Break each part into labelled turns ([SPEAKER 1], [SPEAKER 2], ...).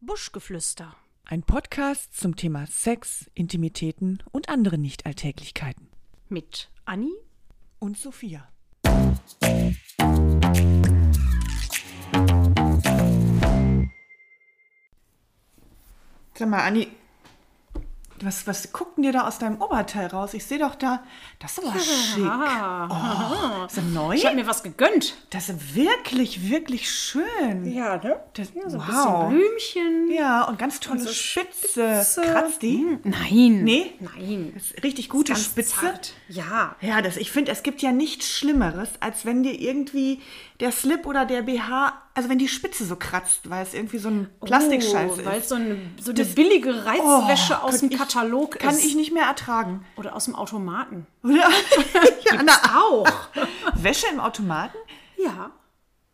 [SPEAKER 1] Buschgeflüster.
[SPEAKER 2] Ein Podcast zum Thema Sex, Intimitäten und andere Nichtalltäglichkeiten.
[SPEAKER 1] Mit Anni
[SPEAKER 2] Und Sophia. Sag mal, Anni, was, was guckt denn dir da aus deinem Oberteil raus? Ich sehe doch da, das ist aber schick. Oh, ist das neu?
[SPEAKER 1] Ich habe mir was gegönnt.
[SPEAKER 2] Das ist wirklich, wirklich schön.
[SPEAKER 1] Ja, ne?
[SPEAKER 2] Das,
[SPEAKER 1] So ein bisschen
[SPEAKER 2] wow.
[SPEAKER 1] Blümchen.
[SPEAKER 2] Ja, und ganz tolle
[SPEAKER 1] so
[SPEAKER 2] Spitze. Mhm.
[SPEAKER 1] Spitze. Hm.
[SPEAKER 2] Kratzt die?
[SPEAKER 1] Nein.
[SPEAKER 2] Nee?
[SPEAKER 1] Nein.
[SPEAKER 2] Das ist richtig gute
[SPEAKER 1] Ganz
[SPEAKER 2] Spitze.
[SPEAKER 1] zart. Ja.
[SPEAKER 2] Ja, das, ich finde, es gibt ja nichts Schlimmeres, als wenn dir irgendwie der Slip oder der BH, also wenn die Spitze so kratzt, weil es irgendwie so ein Plastikscheiß
[SPEAKER 1] Oh, Weil es
[SPEAKER 2] ist.
[SPEAKER 1] so eine, so eine billige Reizwäsche aus dem
[SPEAKER 2] ich-
[SPEAKER 1] Katalog
[SPEAKER 2] Kann
[SPEAKER 1] ist.
[SPEAKER 2] ich nicht mehr ertragen.
[SPEAKER 1] Oder aus dem Automaten.
[SPEAKER 2] Oder? ja, na,
[SPEAKER 1] Auch.
[SPEAKER 2] Wäsche im Automaten?
[SPEAKER 1] Ja.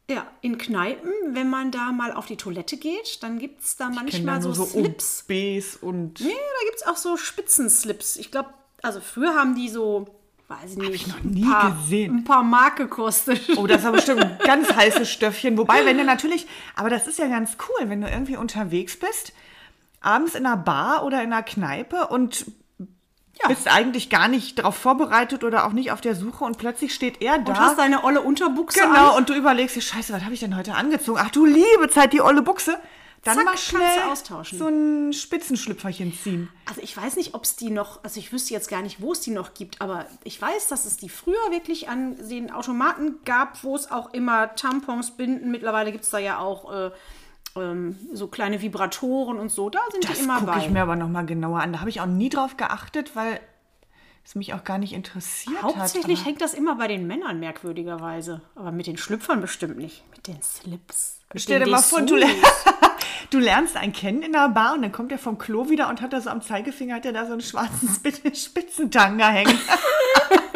[SPEAKER 1] Ja, in Kneipen, wenn man da mal auf die Toilette geht, dann gibt es da manchmal
[SPEAKER 2] Kennen
[SPEAKER 1] so,
[SPEAKER 2] dann nur
[SPEAKER 1] Slips.
[SPEAKER 2] OBs und.
[SPEAKER 1] Nee, da gibt es auch so Spitzenslips. Ich glaube, also früher haben die so, weiß ich nicht,
[SPEAKER 2] ich noch nie
[SPEAKER 1] ein, paar,
[SPEAKER 2] gesehen.
[SPEAKER 1] ein paar Mark gekostet.
[SPEAKER 2] Oh, das ist aber bestimmt ein ganz heißes Stöffchen. Wobei, wenn du natürlich, aber das ist ja ganz cool, wenn du irgendwie unterwegs bist, abends in einer Bar oder in einer Kneipe und bist eigentlich gar nicht darauf vorbereitet oder auch nicht auf der Suche und plötzlich steht er da.
[SPEAKER 1] Du hast deine olle Unterbuchse
[SPEAKER 2] genau,
[SPEAKER 1] an.
[SPEAKER 2] und du überlegst dir, scheiße, was habe ich denn heute angezogen? Ach du liebe Zeit, die olle Buchse.
[SPEAKER 1] Zack,
[SPEAKER 2] Dann mal
[SPEAKER 1] kannst
[SPEAKER 2] schnell
[SPEAKER 1] du austauschen.
[SPEAKER 2] so ein Spitzenschlüpferchen ziehen.
[SPEAKER 1] Also ich weiß nicht, ob es die noch, also ich wüsste jetzt gar nicht, wo es die noch gibt, aber ich weiß, dass es die früher wirklich an den Automaten gab, wo es auch immer Tampons, Binden, mittlerweile gibt es da ja auch äh, ähm, so kleine Vibratoren und so, da sind die
[SPEAKER 2] Das
[SPEAKER 1] immer
[SPEAKER 2] gucke ich
[SPEAKER 1] bei.
[SPEAKER 2] mir aber nochmal genauer an. Da habe ich auch nie drauf geachtet, weil es mich auch gar nicht interessiert
[SPEAKER 1] Hauptsächlich
[SPEAKER 2] hat.
[SPEAKER 1] hängt das immer bei den Männern merkwürdigerweise, aber mit den Schlüpfern bestimmt nicht, mit den Slips. mit
[SPEAKER 2] Stell
[SPEAKER 1] den
[SPEAKER 2] dir mal vor, du,
[SPEAKER 1] Dessous.
[SPEAKER 2] lern- du lernst einen kennen in der Bar und dann kommt er vom Klo wieder und hat da so am Zeigefinger hat er da so einen schwarzen Spit- Spitzentanga hängen.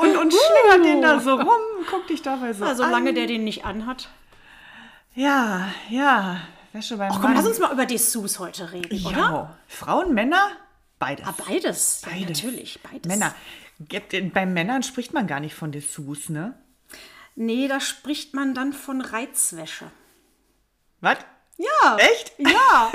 [SPEAKER 2] und und schlingert den da so rum, guckt dich dabei so
[SPEAKER 1] Ja,
[SPEAKER 2] an. Oh
[SPEAKER 1] solange der den nicht anhat.
[SPEAKER 2] Ja, ja, Wäsche beim
[SPEAKER 1] Komm,
[SPEAKER 2] Mann.
[SPEAKER 1] lass uns mal über Dessous heute reden, oder?
[SPEAKER 2] ja. Frauen, Männer, beides.
[SPEAKER 1] Ah, Beides. Ja,
[SPEAKER 2] Beides.
[SPEAKER 1] natürlich, beides.
[SPEAKER 2] Männer. Gibt- Bei Männern spricht man gar nicht von Dessous, ne?
[SPEAKER 1] Nee, da spricht man dann von Reizwäsche.
[SPEAKER 2] Was?
[SPEAKER 1] Ja.
[SPEAKER 2] Echt?
[SPEAKER 1] Ja.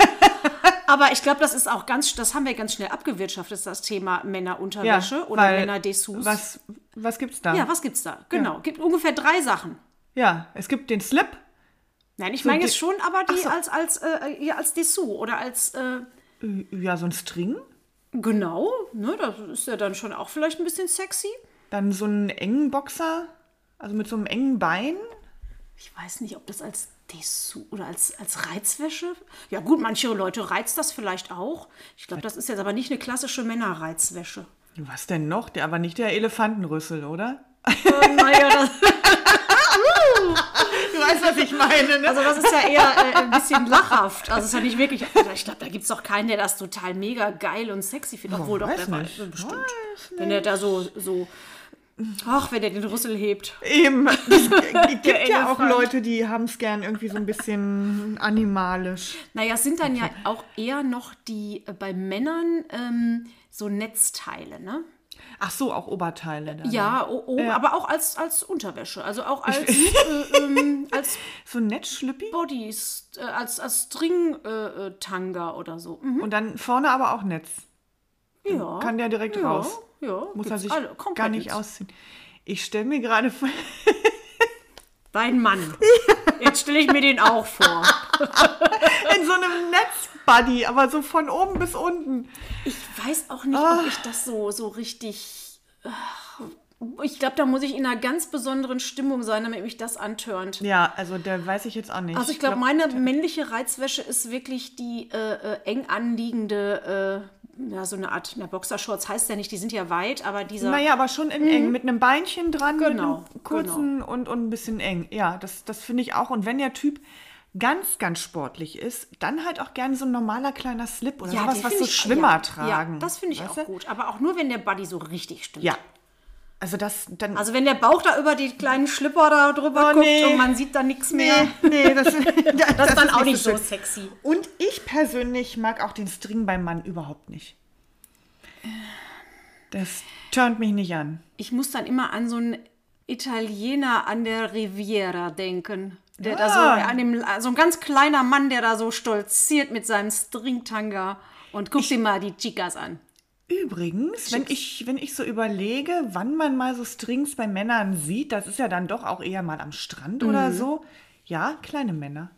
[SPEAKER 1] Aber ich glaube, das ist auch ganz, das haben wir ganz schnell abgewirtschaftet, das Thema Männerunterwäsche oder
[SPEAKER 2] weil-
[SPEAKER 1] Männerdessous.
[SPEAKER 2] Was, was gibt's da?
[SPEAKER 1] Ja, was gibt's da? Genau. Gibt ungefähr drei Sachen.
[SPEAKER 2] ja, es gibt den Slip,
[SPEAKER 1] Nein, ich meine
[SPEAKER 2] die-
[SPEAKER 1] jetzt schon, aber die
[SPEAKER 2] Ach so.
[SPEAKER 1] als, als, äh, ja, als Dessous oder als, äh,
[SPEAKER 2] ja, so ein String.
[SPEAKER 1] genau, ne, das ist ja dann schon auch vielleicht ein bisschen sexy.
[SPEAKER 2] Dann so einen engen Boxer, also mit so einem engen Bein.
[SPEAKER 1] Ich weiß nicht, ob das als Dessous oder als, als Reizwäsche. Ja, gut, manche Leute reizt das vielleicht auch. Ich glaube, das ist jetzt aber nicht eine klassische Männerreizwäsche.
[SPEAKER 2] Was denn noch? Der, aber nicht der Elefantenrüssel, oder?
[SPEAKER 1] Äh, naja, das,
[SPEAKER 2] Du weißt, was ich meine, ne?
[SPEAKER 1] also das ist ja eher äh, ein bisschen lachhaft. Also es ist ja nicht wirklich. Ich glaube, da gibt es doch keinen, der das total mega geil und sexy findet. Obwohl doch,
[SPEAKER 2] Oh, weiß
[SPEAKER 1] der
[SPEAKER 2] nicht.
[SPEAKER 1] äh, bestimmt. Wenn er da so, so. Ach, wenn er den Rüssel hebt.
[SPEAKER 2] Eben. Es gibt ja auch
[SPEAKER 1] Elefant.
[SPEAKER 2] Leute, die haben es gern irgendwie so ein bisschen animalisch.
[SPEAKER 1] Naja, es sind dann ja auch eher noch die äh, bei Männern ähm, so Netzteile, ne?
[SPEAKER 2] Ach so, auch Oberteile. Dann.
[SPEAKER 1] Ja, o- oben, aber auch als, als Unterwäsche. Also auch als, äh, ähm, als
[SPEAKER 2] So ein Netzschlippi
[SPEAKER 1] Bodies, äh, als, als String-Tanga äh, Tanga oder so. Mhm.
[SPEAKER 2] und dann vorne aber auch Netz.
[SPEAKER 1] Ja.
[SPEAKER 2] Kann der direkt
[SPEAKER 1] ja,
[SPEAKER 2] raus.
[SPEAKER 1] Ja,
[SPEAKER 2] Muss er
[SPEAKER 1] gibt's
[SPEAKER 2] sich
[SPEAKER 1] alle. Komplett
[SPEAKER 2] gar nicht
[SPEAKER 1] jetzt.
[SPEAKER 2] ausziehen. Ich stelle mir gerade vor,
[SPEAKER 1] Dein Mann. Jetzt stelle ich mir den auch vor.
[SPEAKER 2] in so einem Netzbuddy, aber so von oben bis unten.
[SPEAKER 1] Ich weiß auch nicht, ob
[SPEAKER 2] Ah.
[SPEAKER 1] ich das so, so richtig. ach, Ich glaube, da muss ich in einer ganz besonderen Stimmung sein, damit mich das antörnt.
[SPEAKER 2] Ja, also da weiß ich jetzt auch nicht.
[SPEAKER 1] Also ich glaube, meine männliche Reizwäsche ist wirklich die äh, äh, eng anliegende, äh, ja, so eine Art, na, Boxershorts heißt ja nicht, die sind ja weit, aber dieser,
[SPEAKER 2] Naja, aber schon in eng, mit einem Beinchen dran,
[SPEAKER 1] Mhm. Genau,
[SPEAKER 2] mit einem kurzen und, und ein bisschen eng. Ja, das, das finde ich auch. Und wenn der Typ ganz, ganz sportlich ist, dann halt auch gerne so ein normaler kleiner Slip oder
[SPEAKER 1] ja,
[SPEAKER 2] sowas,
[SPEAKER 1] die
[SPEAKER 2] was
[SPEAKER 1] find
[SPEAKER 2] so
[SPEAKER 1] ich- ah,
[SPEAKER 2] Schwimmer
[SPEAKER 1] ja,
[SPEAKER 2] tragen.
[SPEAKER 1] Ja, das finde ich
[SPEAKER 2] weißt
[SPEAKER 1] auch
[SPEAKER 2] du?
[SPEAKER 1] gut, aber auch nur, wenn der Buddy so richtig stimmt.
[SPEAKER 2] Ja. Also das dann.
[SPEAKER 1] Also wenn der Bauch da über die kleinen Schlipper da drüber guckt
[SPEAKER 2] Oh, nee.
[SPEAKER 1] und man sieht da nichts mehr,
[SPEAKER 2] nee, das, das,
[SPEAKER 1] das ist dann auch nicht
[SPEAKER 2] so
[SPEAKER 1] so
[SPEAKER 2] schön.
[SPEAKER 1] sexy.
[SPEAKER 2] Und ich persönlich mag auch den String beim Mann überhaupt nicht. Das turnt mich nicht an.
[SPEAKER 1] Ich muss dann immer an so einen Italiener an der Riviera denken. Der da so an dem, so ein ganz kleiner Mann, der da so stolziert mit seinem Stringtanga und guckt dir mal die Chicas an.
[SPEAKER 2] Übrigens, wenn ich, wenn ich so überlege, wann man mal so Strings bei Männern sieht, das ist ja dann doch auch eher mal am Strand oder
[SPEAKER 1] Mhm.
[SPEAKER 2] so. Ja, kleine Männer.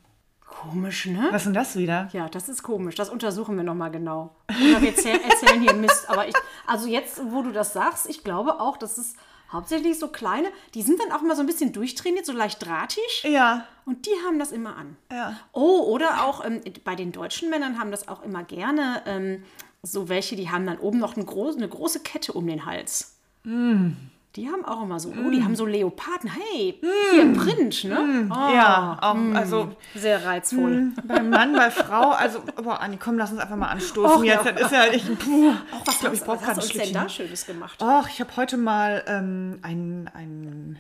[SPEAKER 1] Komisch, ne?
[SPEAKER 2] Was ist denn das wieder?
[SPEAKER 1] Ja, das ist komisch. Das untersuchen wir nochmal genau. Oder wir erzähl erzählen hier Mist. Aber ich, also jetzt, wo du das sagst, ich glaube auch, dass es hauptsächlich so kleine, die sind dann auch mal so ein bisschen durchtrainiert, so leicht drahtig.
[SPEAKER 2] Ja,
[SPEAKER 1] Und die haben das immer an.
[SPEAKER 2] Ja.
[SPEAKER 1] Oh, oder auch ähm, bei den deutschen Männern haben das auch immer gerne ähm, so welche, die haben dann oben noch ein groß, eine große Kette um den Hals. Die haben auch immer so, oh, die haben so Leoparden. Hey, hier Print, ne?
[SPEAKER 2] Mm.
[SPEAKER 1] Oh,
[SPEAKER 2] ja, auch, also
[SPEAKER 1] Sehr reizvoll.
[SPEAKER 2] beim Mann, bei Frau, also, boah, Anni, komm, lass uns einfach mal anstoßen.
[SPEAKER 1] Och,
[SPEAKER 2] jetzt
[SPEAKER 1] ja.
[SPEAKER 2] das ist ja nicht, puh, ich
[SPEAKER 1] Was,
[SPEAKER 2] glaube,
[SPEAKER 1] hast,
[SPEAKER 2] ich brauche
[SPEAKER 1] was
[SPEAKER 2] gerade
[SPEAKER 1] hast
[SPEAKER 2] ein
[SPEAKER 1] du uns denn da
[SPEAKER 2] Stückchen.
[SPEAKER 1] Schönes gemacht?
[SPEAKER 2] Och, ich habe heute mal ähm, ein, ein,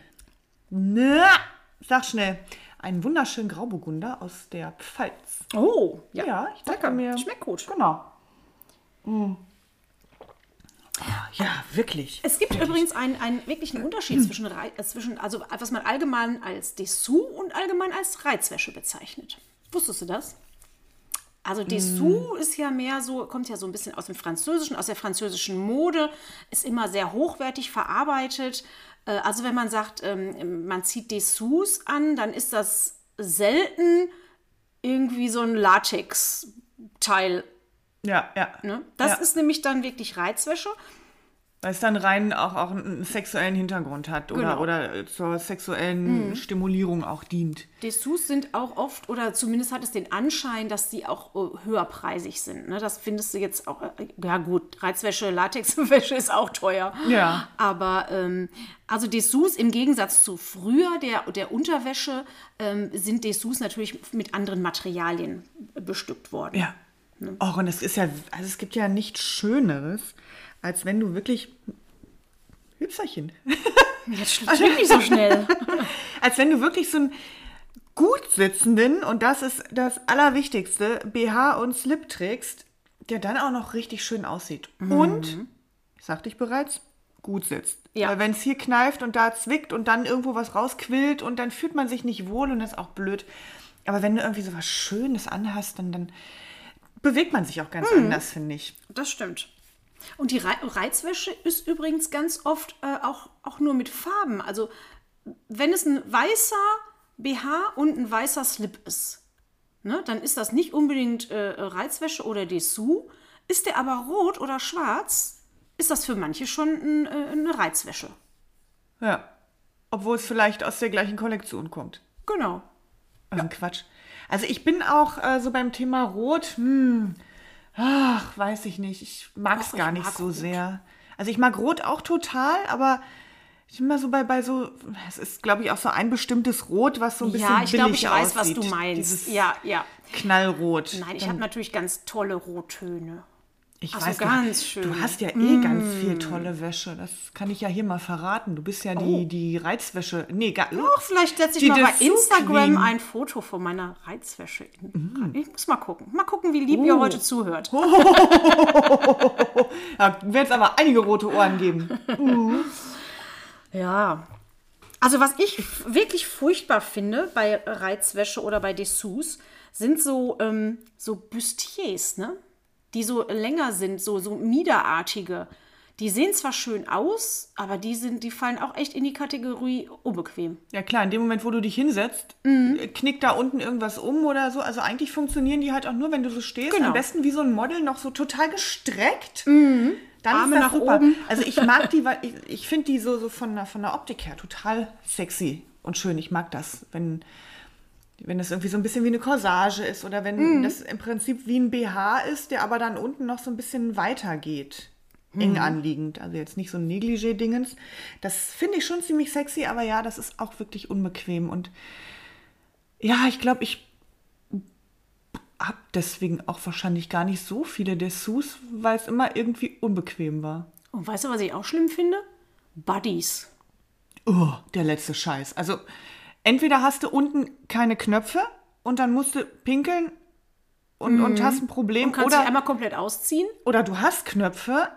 [SPEAKER 2] ne, sag schnell, einen wunderschönen Grauburgunder aus der Pfalz.
[SPEAKER 1] Oh, ja.
[SPEAKER 2] Ja, ich dachte mir.
[SPEAKER 1] Schmeckt gut.
[SPEAKER 2] Genau. Hm. Ja, wirklich.
[SPEAKER 1] Es gibt übrigens einen, einen wirklichen Unterschied zwischen, Rei- äh, zwischen, also was man allgemein als Dessous und allgemein als Reizwäsche bezeichnet. Wusstest du das? Also Dessous ist ja mehr so, kommt ja so ein bisschen aus dem Französischen, aus der französischen Mode, ist immer sehr hochwertig verarbeitet. Äh, Also wenn man sagt, ähm, man zieht Dessous an, dann ist das selten irgendwie so ein Latex-Teil.
[SPEAKER 2] Ja, ja.
[SPEAKER 1] Ne? Das
[SPEAKER 2] ja.
[SPEAKER 1] ist nämlich dann wirklich Reizwäsche.
[SPEAKER 2] Weil es dann rein auch, auch einen sexuellen Hintergrund hat oder,
[SPEAKER 1] Genau. Hm.
[SPEAKER 2] oder äh, zur sexuellen Stimulierung auch dient.
[SPEAKER 1] Dessous sind auch oft, oder zumindest hat es den Anschein, dass die auch äh, höherpreisig sind. Ne? Das findest du jetzt auch, äh, ja gut, Reizwäsche, Latexwäsche ist auch teuer.
[SPEAKER 2] Ja.
[SPEAKER 1] Aber ähm, also Dessous im Gegensatz zu früher der, der Unterwäsche ähm, sind Dessous natürlich mit anderen Materialien äh, bestückt worden.
[SPEAKER 2] Ja.
[SPEAKER 1] Ne?
[SPEAKER 2] Och, und es ist ja, also es gibt ja nichts Schöneres, als wenn du wirklich. Hübscherchen.
[SPEAKER 1] Jetzt schlägt nicht so schnell.
[SPEAKER 2] Als wenn du wirklich so einen gut sitzenden, und das ist das Allerwichtigste, BH und Slip trägst, der dann auch noch richtig schön aussieht. Und, sagte ich bereits, gut sitzt.
[SPEAKER 1] Ja.
[SPEAKER 2] Weil wenn es hier kneift und da zwickt und dann irgendwo was rausquillt und dann fühlt man sich nicht wohl und das ist auch blöd. Aber wenn du irgendwie so was Schönes anhast, dann, dann bewegt man sich auch ganz anders, finde ich.
[SPEAKER 1] Das stimmt. Und die Rei- Reizwäsche ist übrigens ganz oft äh, auch, auch nur mit Farben. Also wenn es ein weißer BH und ein weißer Slip ist, ne, dann ist das nicht unbedingt äh, Reizwäsche oder Dessous. Ist der aber rot oder schwarz, ist das für manche schon ein, äh, eine Reizwäsche.
[SPEAKER 2] Ja. Obwohl es vielleicht aus der gleichen Kollektion kommt.
[SPEAKER 1] Genau.
[SPEAKER 2] Also ein Quatsch. Also ich bin auch äh, so beim Thema Rot, hm, ach, weiß ich nicht. Ich mag es
[SPEAKER 1] Ach,
[SPEAKER 2] gar
[SPEAKER 1] ich
[SPEAKER 2] nicht
[SPEAKER 1] mag
[SPEAKER 2] so
[SPEAKER 1] Rot.
[SPEAKER 2] sehr. Also ich mag Rot auch total, aber ich bin mal so bei, bei so, es ist, glaube ich, auch so ein bestimmtes Rot, was so ein bisschen
[SPEAKER 1] Ja, ich glaube, ich
[SPEAKER 2] billig
[SPEAKER 1] weiß, was
[SPEAKER 2] aussieht.
[SPEAKER 1] du meinst.
[SPEAKER 2] Dieses
[SPEAKER 1] ja, ja.
[SPEAKER 2] Knallrot.
[SPEAKER 1] Nein, ich habe natürlich ganz tolle Rottöne.
[SPEAKER 2] Ich
[SPEAKER 1] Ach so,
[SPEAKER 2] weiß
[SPEAKER 1] ganz
[SPEAKER 2] du,
[SPEAKER 1] schön. Mm.
[SPEAKER 2] Du hast ja eh ganz viel tolle Wäsche. Das kann ich ja hier mal verraten. Du bist ja
[SPEAKER 1] Oh.
[SPEAKER 2] die, die Reizwäsche. Nee, gar, äh,
[SPEAKER 1] Doch, vielleicht setze ich
[SPEAKER 2] Die
[SPEAKER 1] mal bei
[SPEAKER 2] Dessous
[SPEAKER 1] Instagram
[SPEAKER 2] Queen.
[SPEAKER 1] ein Foto von meiner Reizwäsche.
[SPEAKER 2] Mhm.
[SPEAKER 1] in- Ich muss mal gucken. Mal gucken, wie lieb
[SPEAKER 2] Oh.
[SPEAKER 1] ihr heute zuhört.
[SPEAKER 2] Da wird es aber einige rote Ohren geben.
[SPEAKER 1] Ja. Also was ich f- wirklich furchtbar finde bei Reizwäsche oder bei Dessous, sind so, ähm, so Bustiers, ne? Die so länger sind, so, so miederartige. Die sehen zwar schön aus, aber die, sind, die fallen auch echt in die Kategorie unbequem.
[SPEAKER 2] Ja klar, in dem Moment, wo du dich hinsetzt, äh, knickt da unten irgendwas um oder so. Also eigentlich funktionieren die halt auch nur, wenn du so stehst.
[SPEAKER 1] Genau.
[SPEAKER 2] Am besten wie so ein Model noch so total gestreckt. Dann
[SPEAKER 1] Arme
[SPEAKER 2] ist das
[SPEAKER 1] nach
[SPEAKER 2] super.
[SPEAKER 1] oben.
[SPEAKER 2] Also ich mag die, weil ich, ich finde die so, so von, der, von der Optik her total sexy und schön. Ich mag das, wenn, wenn das irgendwie so ein bisschen wie eine Corsage ist oder
[SPEAKER 1] Mhm.
[SPEAKER 2] wenn das im Prinzip wie ein BH ist, der aber dann unten noch so ein bisschen weiter geht.
[SPEAKER 1] Mhm.
[SPEAKER 2] Eng anliegend, also jetzt nicht so ein Negligé-Dingens. Das finde ich schon ziemlich sexy, aber ja, das ist auch wirklich unbequem. Und ja, ich glaube, ich habe deswegen auch wahrscheinlich gar nicht so viele Dessous, weil es immer irgendwie unbequem war.
[SPEAKER 1] Und weißt du, was ich auch schlimm finde? Buddies.
[SPEAKER 2] Oh, der letzte Scheiß. Also entweder hast du unten keine Knöpfe und dann musst du pinkeln und, und hast ein
[SPEAKER 1] Du
[SPEAKER 2] Problem.
[SPEAKER 1] Mhm. kannst dich
[SPEAKER 2] oder,
[SPEAKER 1] einmal komplett ausziehen.
[SPEAKER 2] oder du hast Knöpfe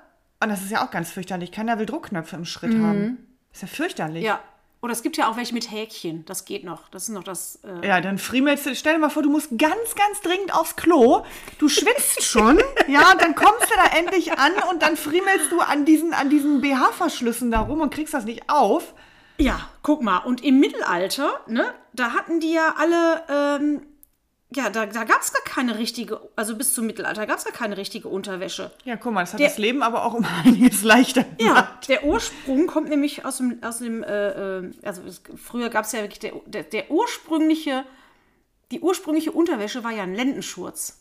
[SPEAKER 2] und das ist ja auch ganz fürchterlich. Keiner will Druckknöpfe im Schritt haben. Ist ja fürchterlich.
[SPEAKER 1] Mhm. Ja. Oder es gibt ja auch welche mit Häkchen. Das geht noch. Das ist noch das. Äh,
[SPEAKER 2] Ja, dann friemelst du, stell dir mal vor, du musst ganz, ganz dringend aufs Klo. Du schwitzt schon, ja, und dann kommst du da endlich an und dann friemelst du an diesen, an diesen BH-Verschlüssen da rum und kriegst das nicht auf.
[SPEAKER 1] Ja, guck mal. Und im Mittelalter, ne, da hatten die ja alle, ähm, ja, da, da gab es gar keine richtige, also bis zum Mittelalter gab es gar keine richtige Unterwäsche.
[SPEAKER 2] Ja, guck mal, das hat
[SPEAKER 1] Der-
[SPEAKER 2] das Leben aber auch um einiges leichter gemacht.
[SPEAKER 1] Ja, der Ursprung kommt nämlich aus dem, aus dem äh, äh, also es, früher gab es ja wirklich, der, der, der ursprüngliche, die ursprüngliche Unterwäsche war ja ein Lendenschurz.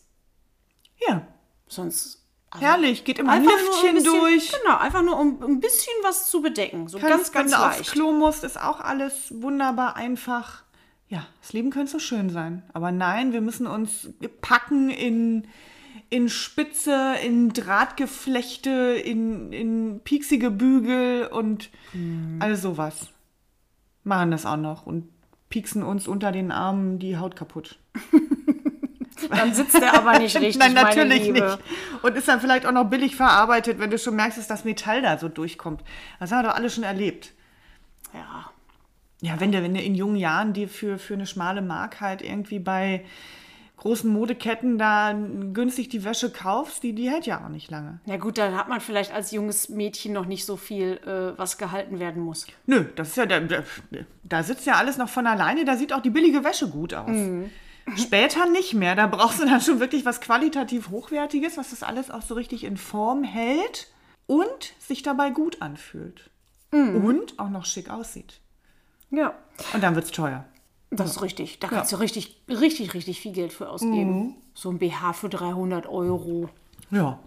[SPEAKER 2] Ja,
[SPEAKER 1] Sonst also
[SPEAKER 2] herrlich, geht im Lüftchen
[SPEAKER 1] bisschen,
[SPEAKER 2] durch.
[SPEAKER 1] Genau, einfach nur um ein bisschen was zu bedecken. So
[SPEAKER 2] Kannst,
[SPEAKER 1] ganz, ganz
[SPEAKER 2] wenn du aufs
[SPEAKER 1] leicht.
[SPEAKER 2] Klo musst, ist auch alles wunderbar einfach. Ja, das Leben könnte so schön sein. Aber nein, wir müssen uns packen in, in Spitze, in Drahtgeflechte, in, in pieksige Bügel und
[SPEAKER 1] Mhm.
[SPEAKER 2] all sowas. Machen das auch noch und pieksen uns unter den Armen die Haut kaputt.
[SPEAKER 1] Dann sitzt der aber nicht richtig.
[SPEAKER 2] Nein, natürlich
[SPEAKER 1] meine Liebe.
[SPEAKER 2] nicht. Und ist dann vielleicht auch noch billig verarbeitet, wenn du schon merkst, dass das Metall da so durchkommt. Das haben wir doch alle schon erlebt.
[SPEAKER 1] Ja.
[SPEAKER 2] Ja, wenn du, wenn du in jungen Jahren dir für, für eine schmale Mark halt irgendwie bei großen Modeketten da günstig die Wäsche kaufst, die, die hält ja auch nicht lange.
[SPEAKER 1] Na gut, dann hat man vielleicht als junges Mädchen noch nicht so viel, äh, was gehalten werden muss.
[SPEAKER 2] Nö, das ist ja, da, da- da sitzt ja alles noch von alleine, da sieht auch die billige Wäsche gut aus. Später nicht mehr, da brauchst du dann schon wirklich was qualitativ Hochwertiges, was das alles auch so richtig in Form hält und sich dabei gut anfühlt. Und auch noch schick aussieht.
[SPEAKER 1] Ja.
[SPEAKER 2] Und dann wird's teuer.
[SPEAKER 1] Das ist richtig. Da kannst du richtig, richtig, richtig viel Geld für ausgeben.
[SPEAKER 2] Mhm.
[SPEAKER 1] So ein BH für 300 Euro.
[SPEAKER 2] Ja.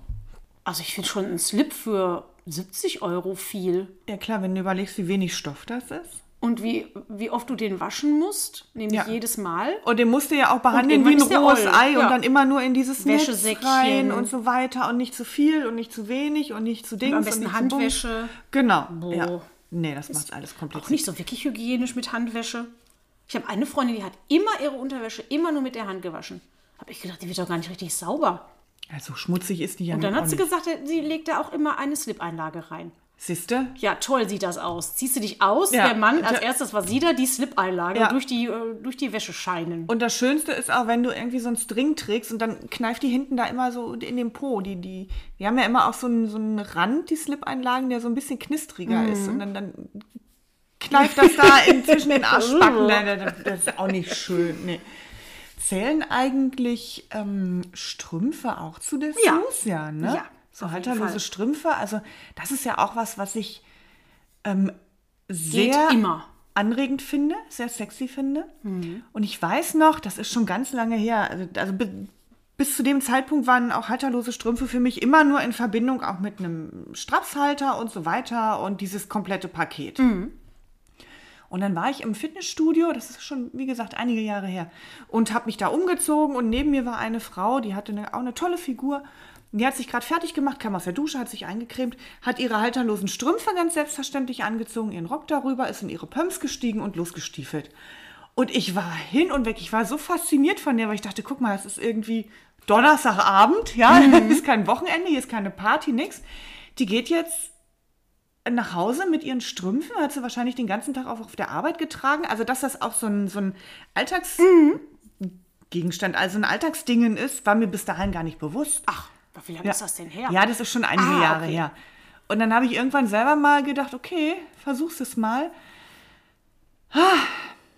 [SPEAKER 1] Also ich finde schon ein Slip für 70 Euro viel.
[SPEAKER 2] Ja klar, wenn du überlegst, wie wenig Stoff das ist.
[SPEAKER 1] Und wie, wie oft du den waschen musst, nämlich
[SPEAKER 2] Ja.
[SPEAKER 1] jedes Mal.
[SPEAKER 2] Und den musst du ja auch behandeln wie ein
[SPEAKER 1] irgendwann ist der
[SPEAKER 2] rohes
[SPEAKER 1] oll.
[SPEAKER 2] Ei und
[SPEAKER 1] Ja.
[SPEAKER 2] dann immer nur in dieses Netz
[SPEAKER 1] Wäschesäckchen.
[SPEAKER 2] rein und so weiter und nicht zu viel und nicht zu wenig und nicht zu Dings.
[SPEAKER 1] Am besten
[SPEAKER 2] und nicht zu Bums.
[SPEAKER 1] Handwäsche.
[SPEAKER 2] Genau.
[SPEAKER 1] Boah.
[SPEAKER 2] Ja. Nee, das macht alles kompliziert.
[SPEAKER 1] Auch nicht so wirklich hygienisch mit Handwäsche. Ich habe eine Freundin, die hat immer ihre Unterwäsche immer nur mit der Hand gewaschen. Habe ich gedacht, die wird doch gar nicht richtig sauber.
[SPEAKER 2] Ja, so Also schmutzig ist die ja
[SPEAKER 1] Und dann
[SPEAKER 2] nun auch
[SPEAKER 1] hat sie
[SPEAKER 2] nicht.
[SPEAKER 1] gesagt, sie legt da auch immer eine Slip-Einlage rein.
[SPEAKER 2] Siehste?
[SPEAKER 1] Ja, toll sieht das aus. Ziehst du dich aus,
[SPEAKER 2] Ja.
[SPEAKER 1] der Mann, als
[SPEAKER 2] Der-
[SPEAKER 1] erstes war sie da, die Slip-Einlage
[SPEAKER 2] Ja.
[SPEAKER 1] durch, die, äh, durch die Wäsche scheinen.
[SPEAKER 2] Und das Schönste ist auch, wenn du irgendwie so einen String trägst und dann kneift die hinten da immer so in den Po. Die, die, die haben ja immer auch so einen, so einen Rand, die Slip-Einlagen, der so ein bisschen knistriger
[SPEAKER 1] Mhm.
[SPEAKER 2] ist. Und dann, dann kneift das da in zwischen den Arschbacken. Nein, nein, das- das ist auch nicht schön. Nee. Zählen eigentlich ähm, Strümpfe auch zu Dessous? Ja, ne?
[SPEAKER 1] Ja,
[SPEAKER 2] So
[SPEAKER 1] auf jeden
[SPEAKER 2] halterlose
[SPEAKER 1] Fall.
[SPEAKER 2] Strümpfe. Also, das ist ja auch was, was ich ähm,
[SPEAKER 1] Geht
[SPEAKER 2] sehr
[SPEAKER 1] immer. Mhm.
[SPEAKER 2] anregend finde, sehr sexy finde. Und ich weiß noch, das ist schon ganz lange her, also, also bi- bis zu dem Zeitpunkt waren auch halterlose Strümpfe für mich immer nur in Verbindung auch mit einem Strapshalter und so weiter und dieses komplette Paket. Und dann war ich im Fitnessstudio, das ist schon, wie gesagt, einige Jahre her, und habe mich da umgezogen und neben mir war eine Frau, die hatte eine, auch eine tolle Figur. Und Die hat sich gerade fertig gemacht, kam aus der Dusche, hat sich eingecremt, hat ihre halterlosen Strümpfe ganz selbstverständlich angezogen, ihren Rock darüber, ist in ihre Pumps gestiegen und losgestiefelt. Und ich war hin und weg, ich war so fasziniert von der, weil ich dachte, guck mal, es ist irgendwie Donnerstagabend, ja, ist kein Wochenende, hier ist keine Party, nix. Die geht jetzt nach Hause mit ihren Strümpfen, hat sie wahrscheinlich den ganzen Tag auch auf der Arbeit getragen. Also, dass das auch so ein, so ein Alltagsgegenstand, also ein Alltagsdingen ist, war mir bis dahin gar nicht bewusst.
[SPEAKER 1] Ach, wie lange ist das denn her?
[SPEAKER 2] Ja, das ist schon einige
[SPEAKER 1] Ah,
[SPEAKER 2] Jahre
[SPEAKER 1] okay.
[SPEAKER 2] her. Und dann habe ich irgendwann selber mal gedacht, okay, versuch's es mal.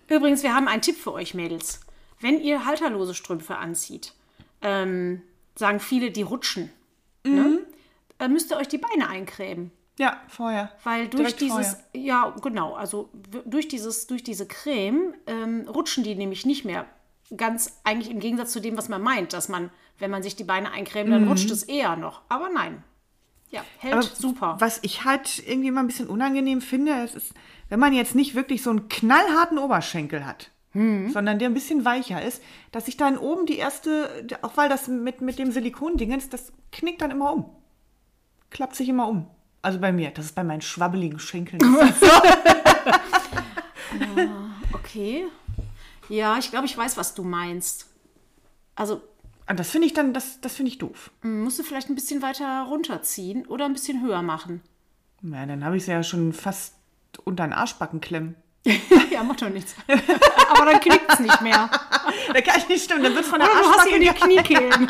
[SPEAKER 1] Übrigens, wir haben einen Tipp für euch Mädels. Wenn ihr halterlose Strümpfe anzieht, ähm, sagen viele, die rutschen.
[SPEAKER 2] Mhm.
[SPEAKER 1] Ne? Äh, müsst ihr euch die Beine eincremen.
[SPEAKER 2] Ja, vorher.
[SPEAKER 1] Weil durch
[SPEAKER 2] Direkt
[SPEAKER 1] dieses,
[SPEAKER 2] vorher.
[SPEAKER 1] ja genau, also w- durch, dieses, durch diese Creme ähm, rutschen die nämlich nicht mehr. Ganz eigentlich im Gegensatz zu dem, was man meint, dass man, wenn man sich die Beine eincremt, dann rutscht es eher noch. Aber nein. Ja, hält super.
[SPEAKER 2] Was ich halt irgendwie immer ein bisschen unangenehm finde, es ist, wenn man jetzt nicht wirklich so einen knallharten Oberschenkel hat,
[SPEAKER 1] Hm.
[SPEAKER 2] sondern der ein bisschen weicher ist, dass sich dann oben die erste, auch weil das mit, mit dem Silikondingens, das knickt dann immer um. Klappt sich immer um. Also bei mir, das ist bei meinen schwabbeligen Schenkeln.
[SPEAKER 1] Okay. Ja, ich glaube, ich weiß, was du meinst. Also
[SPEAKER 2] Und das finde ich dann, das, das finde ich doof.
[SPEAKER 1] m, musst du vielleicht ein bisschen weiter runterziehen oder ein bisschen höher machen.
[SPEAKER 2] Ja, dann habe ich es ja schon fast unter den Arschbacken klemmen.
[SPEAKER 1] ja, macht doch nichts. Aber dann knickt es nicht mehr.
[SPEAKER 2] Da kann ich nicht stimmen, dann wird von der
[SPEAKER 1] Oder du Oh, hast sie
[SPEAKER 2] Arschbacke
[SPEAKER 1] in die Kniekehlen.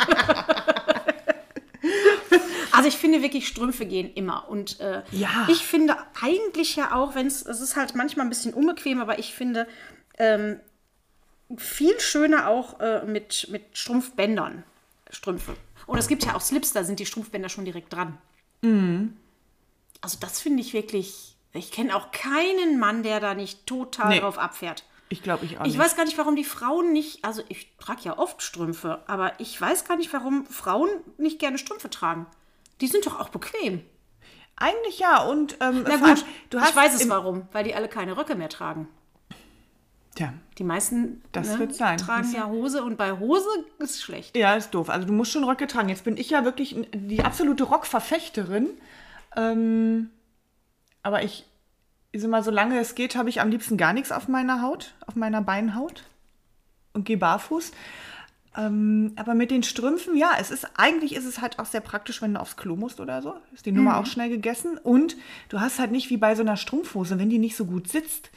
[SPEAKER 1] Also ich finde wirklich, Strümpfe gehen immer. Und äh,
[SPEAKER 2] Ja.
[SPEAKER 1] ich finde eigentlich ja auch, wenn es, es ist halt manchmal ein bisschen unbequem, aber ich finde ähm, viel schöner auch äh, mit, mit Strumpfbändern Strümpfe. Und es gibt ja auch Slips, da sind die Strumpfbänder schon direkt dran. Also das finde ich wirklich, ich kenne auch keinen Mann, der da nicht total
[SPEAKER 2] Nee.
[SPEAKER 1] drauf abfährt.
[SPEAKER 2] Ich glaube, ich auch
[SPEAKER 1] Ich
[SPEAKER 2] nicht.
[SPEAKER 1] weiß gar nicht, warum die Frauen nicht, also ich trage ja oft Strümpfe, aber ich weiß gar nicht, warum Frauen nicht gerne Strümpfe tragen. Die sind doch auch bequem.
[SPEAKER 2] Eigentlich ja. Und ähm,
[SPEAKER 1] Na
[SPEAKER 2] vor allem,
[SPEAKER 1] gut,
[SPEAKER 2] du hast
[SPEAKER 1] ich weiß es
[SPEAKER 2] im-
[SPEAKER 1] warum, weil die alle keine Röcke mehr tragen.
[SPEAKER 2] Tja,
[SPEAKER 1] Die meisten ne,
[SPEAKER 2] Das wird sein.
[SPEAKER 1] tragen ja Hose und bei Hose ist schlecht.
[SPEAKER 2] ja, ist doof. Also du musst schon Röcke tragen. Jetzt bin ich ja wirklich n- die absolute Rockverfechterin. Ähm, aber ich, ich sag mal, solange es geht, habe ich am liebsten gar nichts auf meiner Haut, auf meiner Beinhaut und gehe barfuß. Ähm, aber mit den Strümpfen, ja, es ist eigentlich ist es halt auch sehr praktisch, wenn du aufs Klo musst oder so. Ist die
[SPEAKER 1] Mhm.
[SPEAKER 2] Nummer auch schnell gegessen. Und du hast halt nicht wie bei so einer Strumpfhose, wenn die nicht so gut sitzt,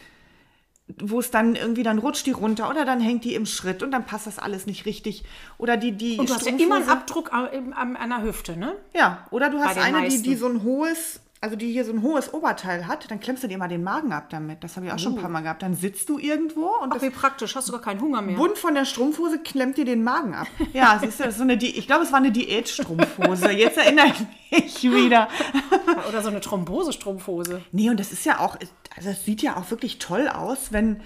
[SPEAKER 2] wo es dann irgendwie, dann rutscht die runter oder dann hängt die im Schritt und dann passt das alles nicht richtig. Oder die, die
[SPEAKER 1] Und du hast ja
[SPEAKER 2] Strumpfhose-
[SPEAKER 1] immer einen Abdruck am- im- am- an der Hüfte, ne?
[SPEAKER 2] Ja, oder du hast
[SPEAKER 1] den
[SPEAKER 2] eine, die,
[SPEAKER 1] meisten.
[SPEAKER 2] die so ein hohes, also die hier so ein hohes Oberteil hat, dann klemmst du dir immer den Magen ab damit. Das habe ich auch schon ein
[SPEAKER 1] Oh.
[SPEAKER 2] paar Mal gehabt. Dann sitzt du irgendwo und
[SPEAKER 1] Ach,
[SPEAKER 2] das
[SPEAKER 1] wie praktisch, hast du gar keinen Hunger mehr.
[SPEAKER 2] Bund von der Strumpfhose klemmt dir den Magen ab. Ja, siehst du, das ist so eine, Di- ich glaube, es war eine Diätstrumpfhose. Jetzt erinnere ich mich wieder.
[SPEAKER 1] Oder so eine Thrombose-Strumpfhose.
[SPEAKER 2] Nee, und das ist ja auch, also es sieht ja auch wirklich toll aus, wenn,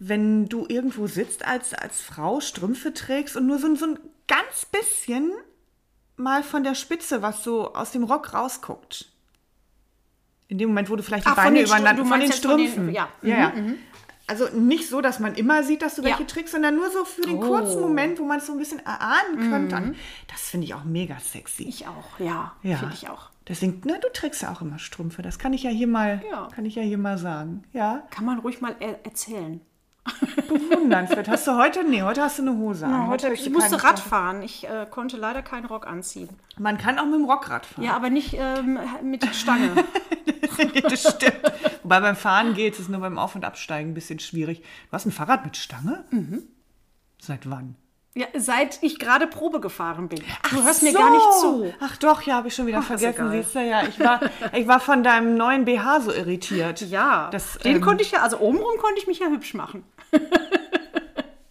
[SPEAKER 2] wenn du irgendwo sitzt als, als Frau, Strümpfe trägst und nur so, ein- so ein ganz bisschen mal von der Spitze, was so aus dem Rock rausguckt. In dem Moment, wo du vielleicht die
[SPEAKER 1] Ach, von
[SPEAKER 2] Beine
[SPEAKER 1] den Strü- du
[SPEAKER 2] übereinander, von
[SPEAKER 1] meinst
[SPEAKER 2] den
[SPEAKER 1] jetzt von den-
[SPEAKER 2] Strümpfen.
[SPEAKER 1] ja. Mhm,
[SPEAKER 2] ja, ja. Also nicht so, dass man immer sieht, dass du welche
[SPEAKER 1] Ja. Oh.
[SPEAKER 2] trägst, sondern nur so für den kurzen Moment, wo man es so ein bisschen erahnen könnte.
[SPEAKER 1] Mhm.
[SPEAKER 2] Dann, das finde ich auch mega sexy.
[SPEAKER 1] Ich auch, ja.
[SPEAKER 2] Ja.
[SPEAKER 1] Finde ich auch.
[SPEAKER 2] Deswegen, na, du trägst ja auch immer Strümpfe. Das kann ich ja hier mal,
[SPEAKER 1] Ja.
[SPEAKER 2] kann ich ja hier mal sagen. Ja,
[SPEAKER 1] Kann man ruig mal er erzählen.
[SPEAKER 2] bewundernswert. hast du heute? Nee, heute hast du eine Hose an.
[SPEAKER 1] Heute,
[SPEAKER 2] hab
[SPEAKER 1] ich
[SPEAKER 2] dir
[SPEAKER 1] musste
[SPEAKER 2] keine
[SPEAKER 1] Rad
[SPEAKER 2] Strümpfe.
[SPEAKER 1] fahren. Ich äh, konnte leider keinen Rock anziehen.
[SPEAKER 2] Man kann auch mit dem Rock Rad fahren.
[SPEAKER 1] Ja, aber nicht ähm, mit Stange.
[SPEAKER 2] das stimmt. Wobei beim Fahren geht es nur beim Auf- und Absteigen ein bisschen schwierig. Du hast ein Fahrrad mit Stange? Mhm. Seit wann?
[SPEAKER 1] ja, seit ich gerade Probe gefahren bin. du hörst mir
[SPEAKER 2] So.
[SPEAKER 1] gar nicht zu.
[SPEAKER 2] Ach doch, ja, habe ich schon wieder
[SPEAKER 1] ist
[SPEAKER 2] vergessen.
[SPEAKER 1] egal.
[SPEAKER 2] Siehst du, ja, ich war, ich war von deinem neuen BH so irritiert.
[SPEAKER 1] Ja,
[SPEAKER 2] Das,
[SPEAKER 1] den
[SPEAKER 2] ähm,
[SPEAKER 1] konnte ich ja, also obenrum konnte ich mich ja hübsch machen.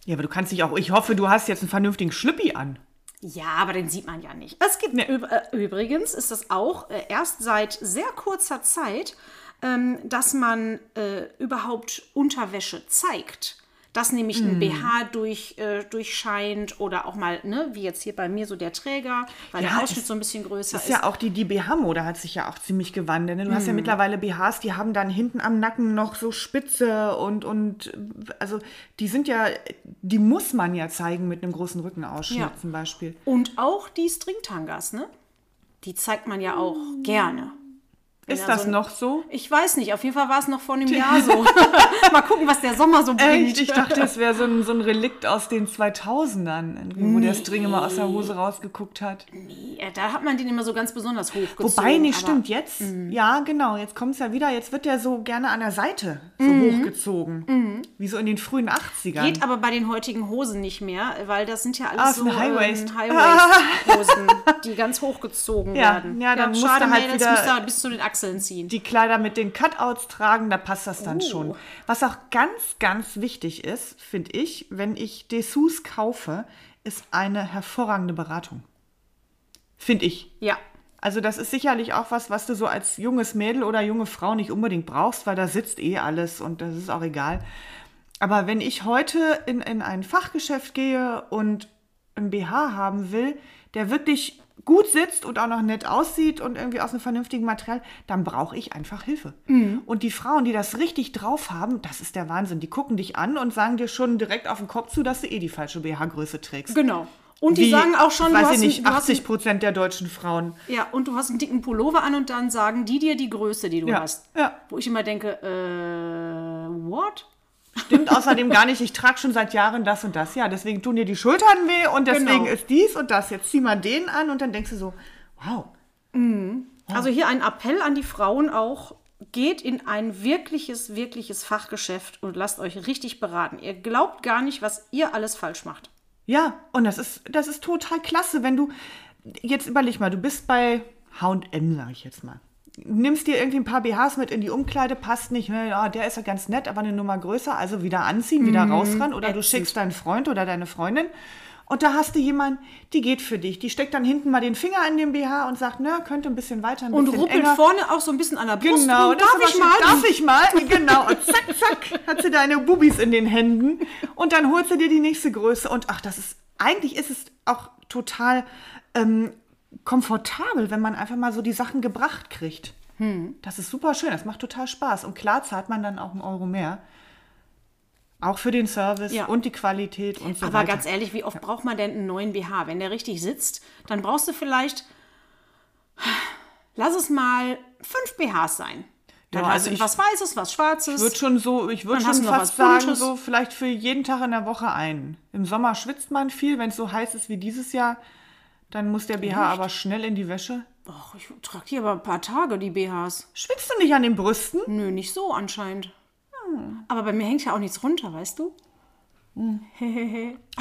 [SPEAKER 2] Ja, aber du kannst dich auch, ich hoffe, du hast jetzt einen vernünftigen Schlüppi an.
[SPEAKER 1] Ja, aber den sieht man ja nicht. Es gibt üb äh, übrigens ist das auch äh, erst seit sehr kurzer Zeit, ähm, dass man äh, überhaupt Unterwäsche zeigt. Dass nämlich ein BH durch, äh, durchscheint oder auch mal, ne, wie jetzt hier bei mir so der Träger, weil
[SPEAKER 2] Ja,
[SPEAKER 1] der Ausschnitt
[SPEAKER 2] es-
[SPEAKER 1] so ein bisschen größer
[SPEAKER 2] Das
[SPEAKER 1] ist.
[SPEAKER 2] ist ja auch die, die BH-Mode hat sich ja auch ziemlich gewandelt. Ne? Du
[SPEAKER 1] Hm.
[SPEAKER 2] hast ja mittlerweile BHs, die haben dann hinten am Nacken noch so Spitze und, und also die sind ja, die muss man ja zeigen mit einem großen Rückenausschnitt
[SPEAKER 1] Ja.
[SPEAKER 2] zum Beispiel.
[SPEAKER 1] Und auch die Stringtangas, ne? Die zeigt man ja auch
[SPEAKER 2] Mm.
[SPEAKER 1] gerne.
[SPEAKER 2] Ist
[SPEAKER 1] Ja,
[SPEAKER 2] das
[SPEAKER 1] so ein-
[SPEAKER 2] noch so?
[SPEAKER 1] Ich weiß nicht, auf jeden Fall war es noch vor einem Jahr so. Mal gucken, was der Sommer so bringt.
[SPEAKER 2] Echt? Ich dachte, es wäre so ein, so ein Relikt aus den 2000ern, irgendwie, wo der String immer aus der Hose rausgeguckt hat.
[SPEAKER 1] Ja, äh, da hat man den immer so ganz besonders hochgezogen.
[SPEAKER 2] Wobei, nee,
[SPEAKER 1] aber- Hm.
[SPEAKER 2] stimmt, jetzt, ja, genau, jetzt kommt es ja wieder, jetzt wird der so gerne an der Seite so
[SPEAKER 1] Mhm.
[SPEAKER 2] hochgezogen. Wie so in den frühen 80ern.
[SPEAKER 1] Geht aber bei den heutigen Hosen nicht mehr, weil das sind ja
[SPEAKER 2] Ah,
[SPEAKER 1] alles
[SPEAKER 2] ist
[SPEAKER 1] so
[SPEAKER 2] eine High-Waist.
[SPEAKER 1] ähm, High-Waist-Hosen, die ganz hochgezogen
[SPEAKER 2] Ja,
[SPEAKER 1] werden.
[SPEAKER 2] ja, dann musst du
[SPEAKER 1] schade,
[SPEAKER 2] halt
[SPEAKER 1] Mädels,
[SPEAKER 2] wieder-
[SPEAKER 1] müsst ihr bis zu den Achseln ziehen.
[SPEAKER 2] die Kleider mit den Cutouts tragen, da passt das dann
[SPEAKER 1] Oh.
[SPEAKER 2] schon. Was auch ganz, ganz wichtig ist, finde ich, wenn ich Dessous kaufe, ist eine hervorragende Beratung. Finde ich.
[SPEAKER 1] ja,
[SPEAKER 2] Also das ist sicherlich auch was, was du so als junges Mädel oder junge Frau nicht unbedingt brauchst, weil da sitzt eh alles und das ist auch egal. Aber wenn ich heute in, in ein Fachgeschäft gehe und einen BH haben will, der wirklich gut sitzt und auch noch nett aussieht und irgendwie aus einem vernünftigen Material, dann brauche ich einfach Hilfe.
[SPEAKER 1] Mhm.
[SPEAKER 2] Und die Frauen, die das richtig drauf haben, das ist der Wahnsinn. Die gucken dich an und sagen dir schon direkt auf den Kopf zu, dass du eh die falsche BH-Größe trägst.
[SPEAKER 1] genau. Und die
[SPEAKER 2] Wie,
[SPEAKER 1] sagen auch schon, du
[SPEAKER 2] weiß
[SPEAKER 1] hast,
[SPEAKER 2] ich
[SPEAKER 1] einen,
[SPEAKER 2] nicht,
[SPEAKER 1] du hast
[SPEAKER 2] 80 Prozent der deutschen Frauen.
[SPEAKER 1] Ja, und du hast einen dicken Pullover an und dann sagen die dir die Größe, die du
[SPEAKER 2] Ja,
[SPEAKER 1] hast.
[SPEAKER 2] ja.
[SPEAKER 1] Wo ich immer denke, äh, what?
[SPEAKER 2] Stimmt außerdem gar nicht, ich trage schon seit Jahren das und das. Ja, deswegen tun dir die Schultern weh und
[SPEAKER 1] Genau.
[SPEAKER 2] deswegen ist dies und das. Jetzt zieh mal den an und dann denkst du so, wow.
[SPEAKER 1] Also hier ein Appell an die Frauen auch, geht in ein wirkliches, wirkliches Fachgeschäft und lasst euch richtig beraten. Ihr glaubt gar nicht, was ihr alles falsch macht.
[SPEAKER 2] Ja, und das ist, das ist total klasse, wenn du, jetzt überleg mal, du bist bei H&M, sage ich jetzt mal. Nimmst dir irgendwie ein paar BHs mit in die Umkleide, passt nicht, ne, ja, der ist ja ganz nett, aber eine Nummer größer, also wieder anziehen,
[SPEAKER 1] Mhm,
[SPEAKER 2] wieder rausrennen oder du schickst deinen Freund oder deine Freundin und da hast du jemanden, die geht für dich. Die steckt dann hinten mal den Finger an den BH und sagt, na, könnte ein bisschen weiter, ein
[SPEAKER 1] Und
[SPEAKER 2] bisschen
[SPEAKER 1] ruppelt
[SPEAKER 2] enger.
[SPEAKER 1] vorne auch so ein bisschen an der Brust.
[SPEAKER 2] Genau,
[SPEAKER 1] rum.
[SPEAKER 2] das
[SPEAKER 1] darf
[SPEAKER 2] ist
[SPEAKER 1] ich
[SPEAKER 2] aber
[SPEAKER 1] mal?
[SPEAKER 2] schön. Darf ich mal? Genau. Und zack, zack, hat sie deine Bubis in den Händen. Und dann holst du dir die nächste Größe. Und ach, das ist, eigentlich ist es auch total ähm, komfortabel, wenn man einfach mal so die Sachen gebracht kriegt.
[SPEAKER 1] Hm.
[SPEAKER 2] Das ist super schön, das macht total Spaß. Und klar zahlt man dann auch einen Euro mehr. Auch für den Service
[SPEAKER 1] Ja.
[SPEAKER 2] und die Qualität und so
[SPEAKER 1] Aber
[SPEAKER 2] weiter.
[SPEAKER 1] ganz ehrlich, wie oft braucht man denn einen neuen BH? Wenn der richtig sitzt, dann brauchst du vielleicht, lass es mal fünf BHs sein. Dann
[SPEAKER 2] Ja,
[SPEAKER 1] hast
[SPEAKER 2] also
[SPEAKER 1] du
[SPEAKER 2] ich-
[SPEAKER 1] was Weißes, was Schwarzes.
[SPEAKER 2] würde schon so, ich würde
[SPEAKER 1] Dann hast
[SPEAKER 2] schon
[SPEAKER 1] du noch
[SPEAKER 2] fast
[SPEAKER 1] was
[SPEAKER 2] sagen,
[SPEAKER 1] Buntes.
[SPEAKER 2] so vielleicht für jeden Tag in der Woche einen. Im Sommer schwitzt man viel, wenn es so heiß ist wie dieses Jahr, dann muss der BH aber schnell in die Wäsche.
[SPEAKER 1] Och, ich trage die aber ein paar Tage, die BHs.
[SPEAKER 2] Schwitzt du nicht an den Brüsten?
[SPEAKER 1] Nö, nicht so anscheinend.
[SPEAKER 2] Ah.
[SPEAKER 1] Aber bei mir hängt ja auch nichts runter, weißt du?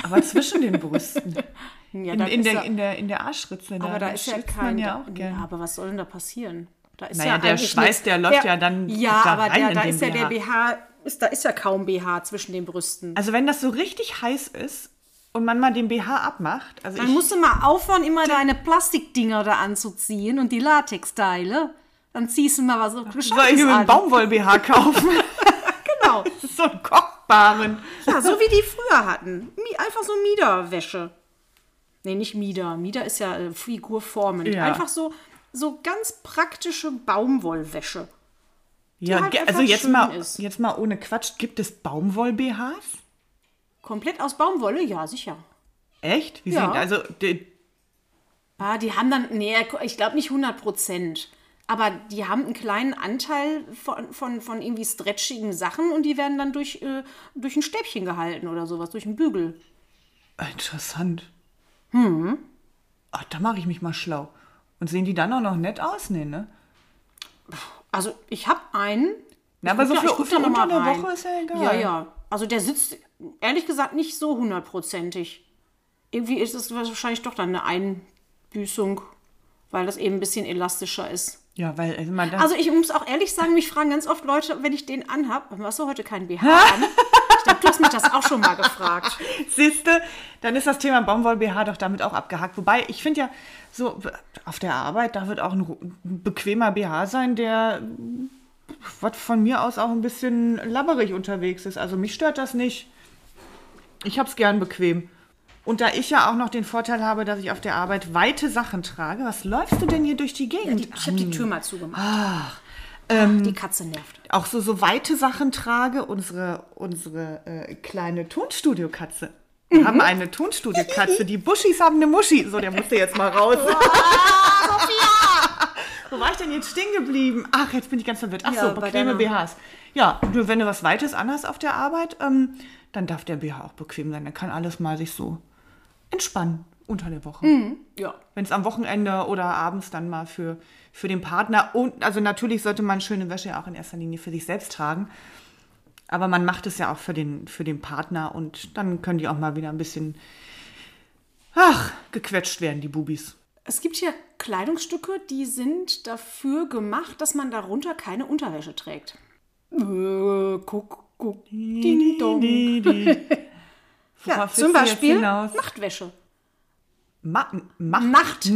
[SPEAKER 2] Aber zwischen den Brüsten.
[SPEAKER 1] Ja,
[SPEAKER 2] In,
[SPEAKER 1] da
[SPEAKER 2] in,
[SPEAKER 1] ist
[SPEAKER 2] der,
[SPEAKER 1] ja-
[SPEAKER 2] in, der, in der Arschritze.
[SPEAKER 1] aber da ist ja
[SPEAKER 2] schwitzt
[SPEAKER 1] kein.
[SPEAKER 2] man ja auch
[SPEAKER 1] ja,
[SPEAKER 2] gern.
[SPEAKER 1] aber was soll denn da passieren? Da ist
[SPEAKER 2] Naja,
[SPEAKER 1] ja
[SPEAKER 2] der
[SPEAKER 1] eigentlich
[SPEAKER 2] Schweiß,
[SPEAKER 1] nichts.
[SPEAKER 2] der läuft ja dann
[SPEAKER 1] Ja,
[SPEAKER 2] da
[SPEAKER 1] aber
[SPEAKER 2] rein
[SPEAKER 1] der,
[SPEAKER 2] in
[SPEAKER 1] da
[SPEAKER 2] den
[SPEAKER 1] ist ja der
[SPEAKER 2] BH.
[SPEAKER 1] BH, ist, da ist ja kaum BH zwischen den Brüsten.
[SPEAKER 2] Also wenn das so richtig heiß ist und man mal den BH abmacht, also
[SPEAKER 1] Dann
[SPEAKER 2] ich,
[SPEAKER 1] musst du mal aufhören, immer deine Plastikdinger da anzuziehen und die Latexteile. Dann ziehst du mal was
[SPEAKER 2] soll ich
[SPEAKER 1] Gescheites
[SPEAKER 2] mir einen
[SPEAKER 1] an.
[SPEAKER 2] Baumwoll-BH kaufen?
[SPEAKER 1] Genau.
[SPEAKER 2] das ist so ein kochbaren.
[SPEAKER 1] Ja, so wie die früher hatten. Mi- Einfach so Miederwäsche. Nee, nicht Mieder. Mieder ist ja äh, Figurformen.
[SPEAKER 2] Ja.
[SPEAKER 1] Einfach so, so ganz praktische Baumwollwäsche.
[SPEAKER 2] Ja,
[SPEAKER 1] halt
[SPEAKER 2] ge-
[SPEAKER 1] einfach
[SPEAKER 2] also jetzt
[SPEAKER 1] schön
[SPEAKER 2] mal,
[SPEAKER 1] ist.
[SPEAKER 2] jetzt mal ohne Quatsch, gibt es Baumwoll-BHs?
[SPEAKER 1] Komplett aus Baumwolle? Ja, sicher.
[SPEAKER 2] Echt? Wie
[SPEAKER 1] Ja.
[SPEAKER 2] sehen, also die,
[SPEAKER 1] Ah, die haben dann, nee, ich glaube nicht 100 Prozent. Aber die haben einen kleinen Anteil von, von, von irgendwie stretchigen Sachen und die werden dann durch, äh, durch ein Stäbchen gehalten oder sowas, durch einen Bügel.
[SPEAKER 2] interessant. Hm. Ach, da mache ich mich mal schlau. Und sehen die dann auch noch nett aus? Nee, ne?
[SPEAKER 1] Also ich habe einen.
[SPEAKER 2] Na, aber
[SPEAKER 1] Ich
[SPEAKER 2] so
[SPEAKER 1] guck da-
[SPEAKER 2] für,
[SPEAKER 1] ich guck
[SPEAKER 2] für
[SPEAKER 1] da noch
[SPEAKER 2] unter
[SPEAKER 1] mal
[SPEAKER 2] der
[SPEAKER 1] rein.
[SPEAKER 2] Woche ist ja egal.
[SPEAKER 1] Ja, ja. Also der sitzt ehrlich gesagt nicht so hundertprozentig. Irgendwie ist es wahrscheinlich doch dann eine Einbüßung, weil das eben ein bisschen elastischer ist.
[SPEAKER 2] Ja, weil also man da,
[SPEAKER 1] Also ich muss auch ehrlich sagen, mich fragen ganz oft Leute, wenn ich den anhab, hast du heute keinen BH an? Ich glaube, du hast mich das auch schon mal gefragt.
[SPEAKER 2] siehste, dann ist das Thema Baumwoll-BH doch damit auch abgehakt. Wobei, ich finde ja, so auf der Arbeit, da wird auch ein ru- ein bequemer BH sein, der mm, was von mir aus auch ein bisschen labberig unterwegs ist. Also mich stört das nicht. Ich hab's gern bequem. Und da ich ja auch noch den Vorteil habe, dass ich auf der Arbeit weite Sachen trage, was läufst du denn hier durch die Gegend?
[SPEAKER 1] Die, ich habe die Tür mal zugemacht.
[SPEAKER 2] Ah, ähm,
[SPEAKER 1] Ach, die Katze nervt.
[SPEAKER 2] auch so, so weite Sachen trage, unsere, unsere äh, kleine Tonstudio-Katze. Wir
[SPEAKER 1] Mhm.
[SPEAKER 2] haben eine Tonstudio-Katze. Die Buschis haben eine Muschi. So, der musste jetzt mal raus. Ah, Wo war ich denn jetzt stehen geblieben? Ach, jetzt bin ich ganz verwirrt. Ach
[SPEAKER 1] Ja,
[SPEAKER 2] so,
[SPEAKER 1] bei deiner-
[SPEAKER 2] bequeme BHs. Ja, du, wenn du was Weites anhast auf der Arbeit, ähm, dann darf der BH auch bequem sein. Dann kann alles mal sich so entspannen unter der
[SPEAKER 1] Mhm.
[SPEAKER 2] Woche
[SPEAKER 1] Ja.
[SPEAKER 2] wenn es am Wochenende oder abends dann mal für, für den Partner und also natürlich sollte man schöne Wäsche auch in erster Linie für sich selbst tragen. Aber man macht es ja auch für den, für den Partner und dann können die auch mal wieder ein bisschen ach, gequetscht werden, die Bubis.
[SPEAKER 1] Es gibt hier Kleidungsstücke, die sind dafür gemacht, dass man darunter keine Unterwäsche trägt. Äh, guck, guck, ding dong. Ja,
[SPEAKER 2] Worauf willst
[SPEAKER 1] zum
[SPEAKER 2] du jetzt
[SPEAKER 1] Beispiel
[SPEAKER 2] hinaus?
[SPEAKER 1] Nachtwäsche.
[SPEAKER 2] Ma Ma
[SPEAKER 1] Nachtwäsche.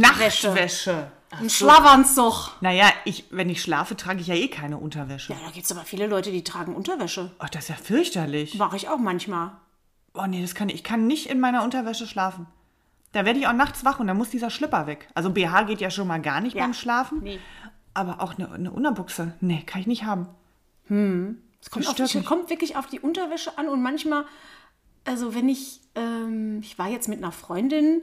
[SPEAKER 2] Nachtwäsche.
[SPEAKER 1] Ein Schlawanzog.
[SPEAKER 2] Naja, ich, wenn ich schlafe, trage ich ja eh keine Unterwäsche.
[SPEAKER 1] Ja, da gibt es aber viele Leute, die tragen Unterwäsche.
[SPEAKER 2] Ach, das ist ja fürchterlich.
[SPEAKER 1] Mache ich auch manchmal.
[SPEAKER 2] Oh nee, das kann ich. Ich kann nicht in meiner Unterwäsche schlafen. Da werde ich auch nachts wach und dann muss dieser Schlipper weg. Also BH geht ja schon mal gar nicht
[SPEAKER 1] Ja.
[SPEAKER 2] beim Schlafen.
[SPEAKER 1] Nee.
[SPEAKER 2] Aber auch eine, eine Unterbuchse. Nee, kann ich nicht haben.
[SPEAKER 1] Es Hm, kommt,
[SPEAKER 2] Das
[SPEAKER 1] auf,
[SPEAKER 2] stört
[SPEAKER 1] es
[SPEAKER 2] mich.
[SPEAKER 1] kommt wirklich auf die Unterwäsche an und manchmal, also wenn ich, ähm, ich war jetzt mit einer Freundin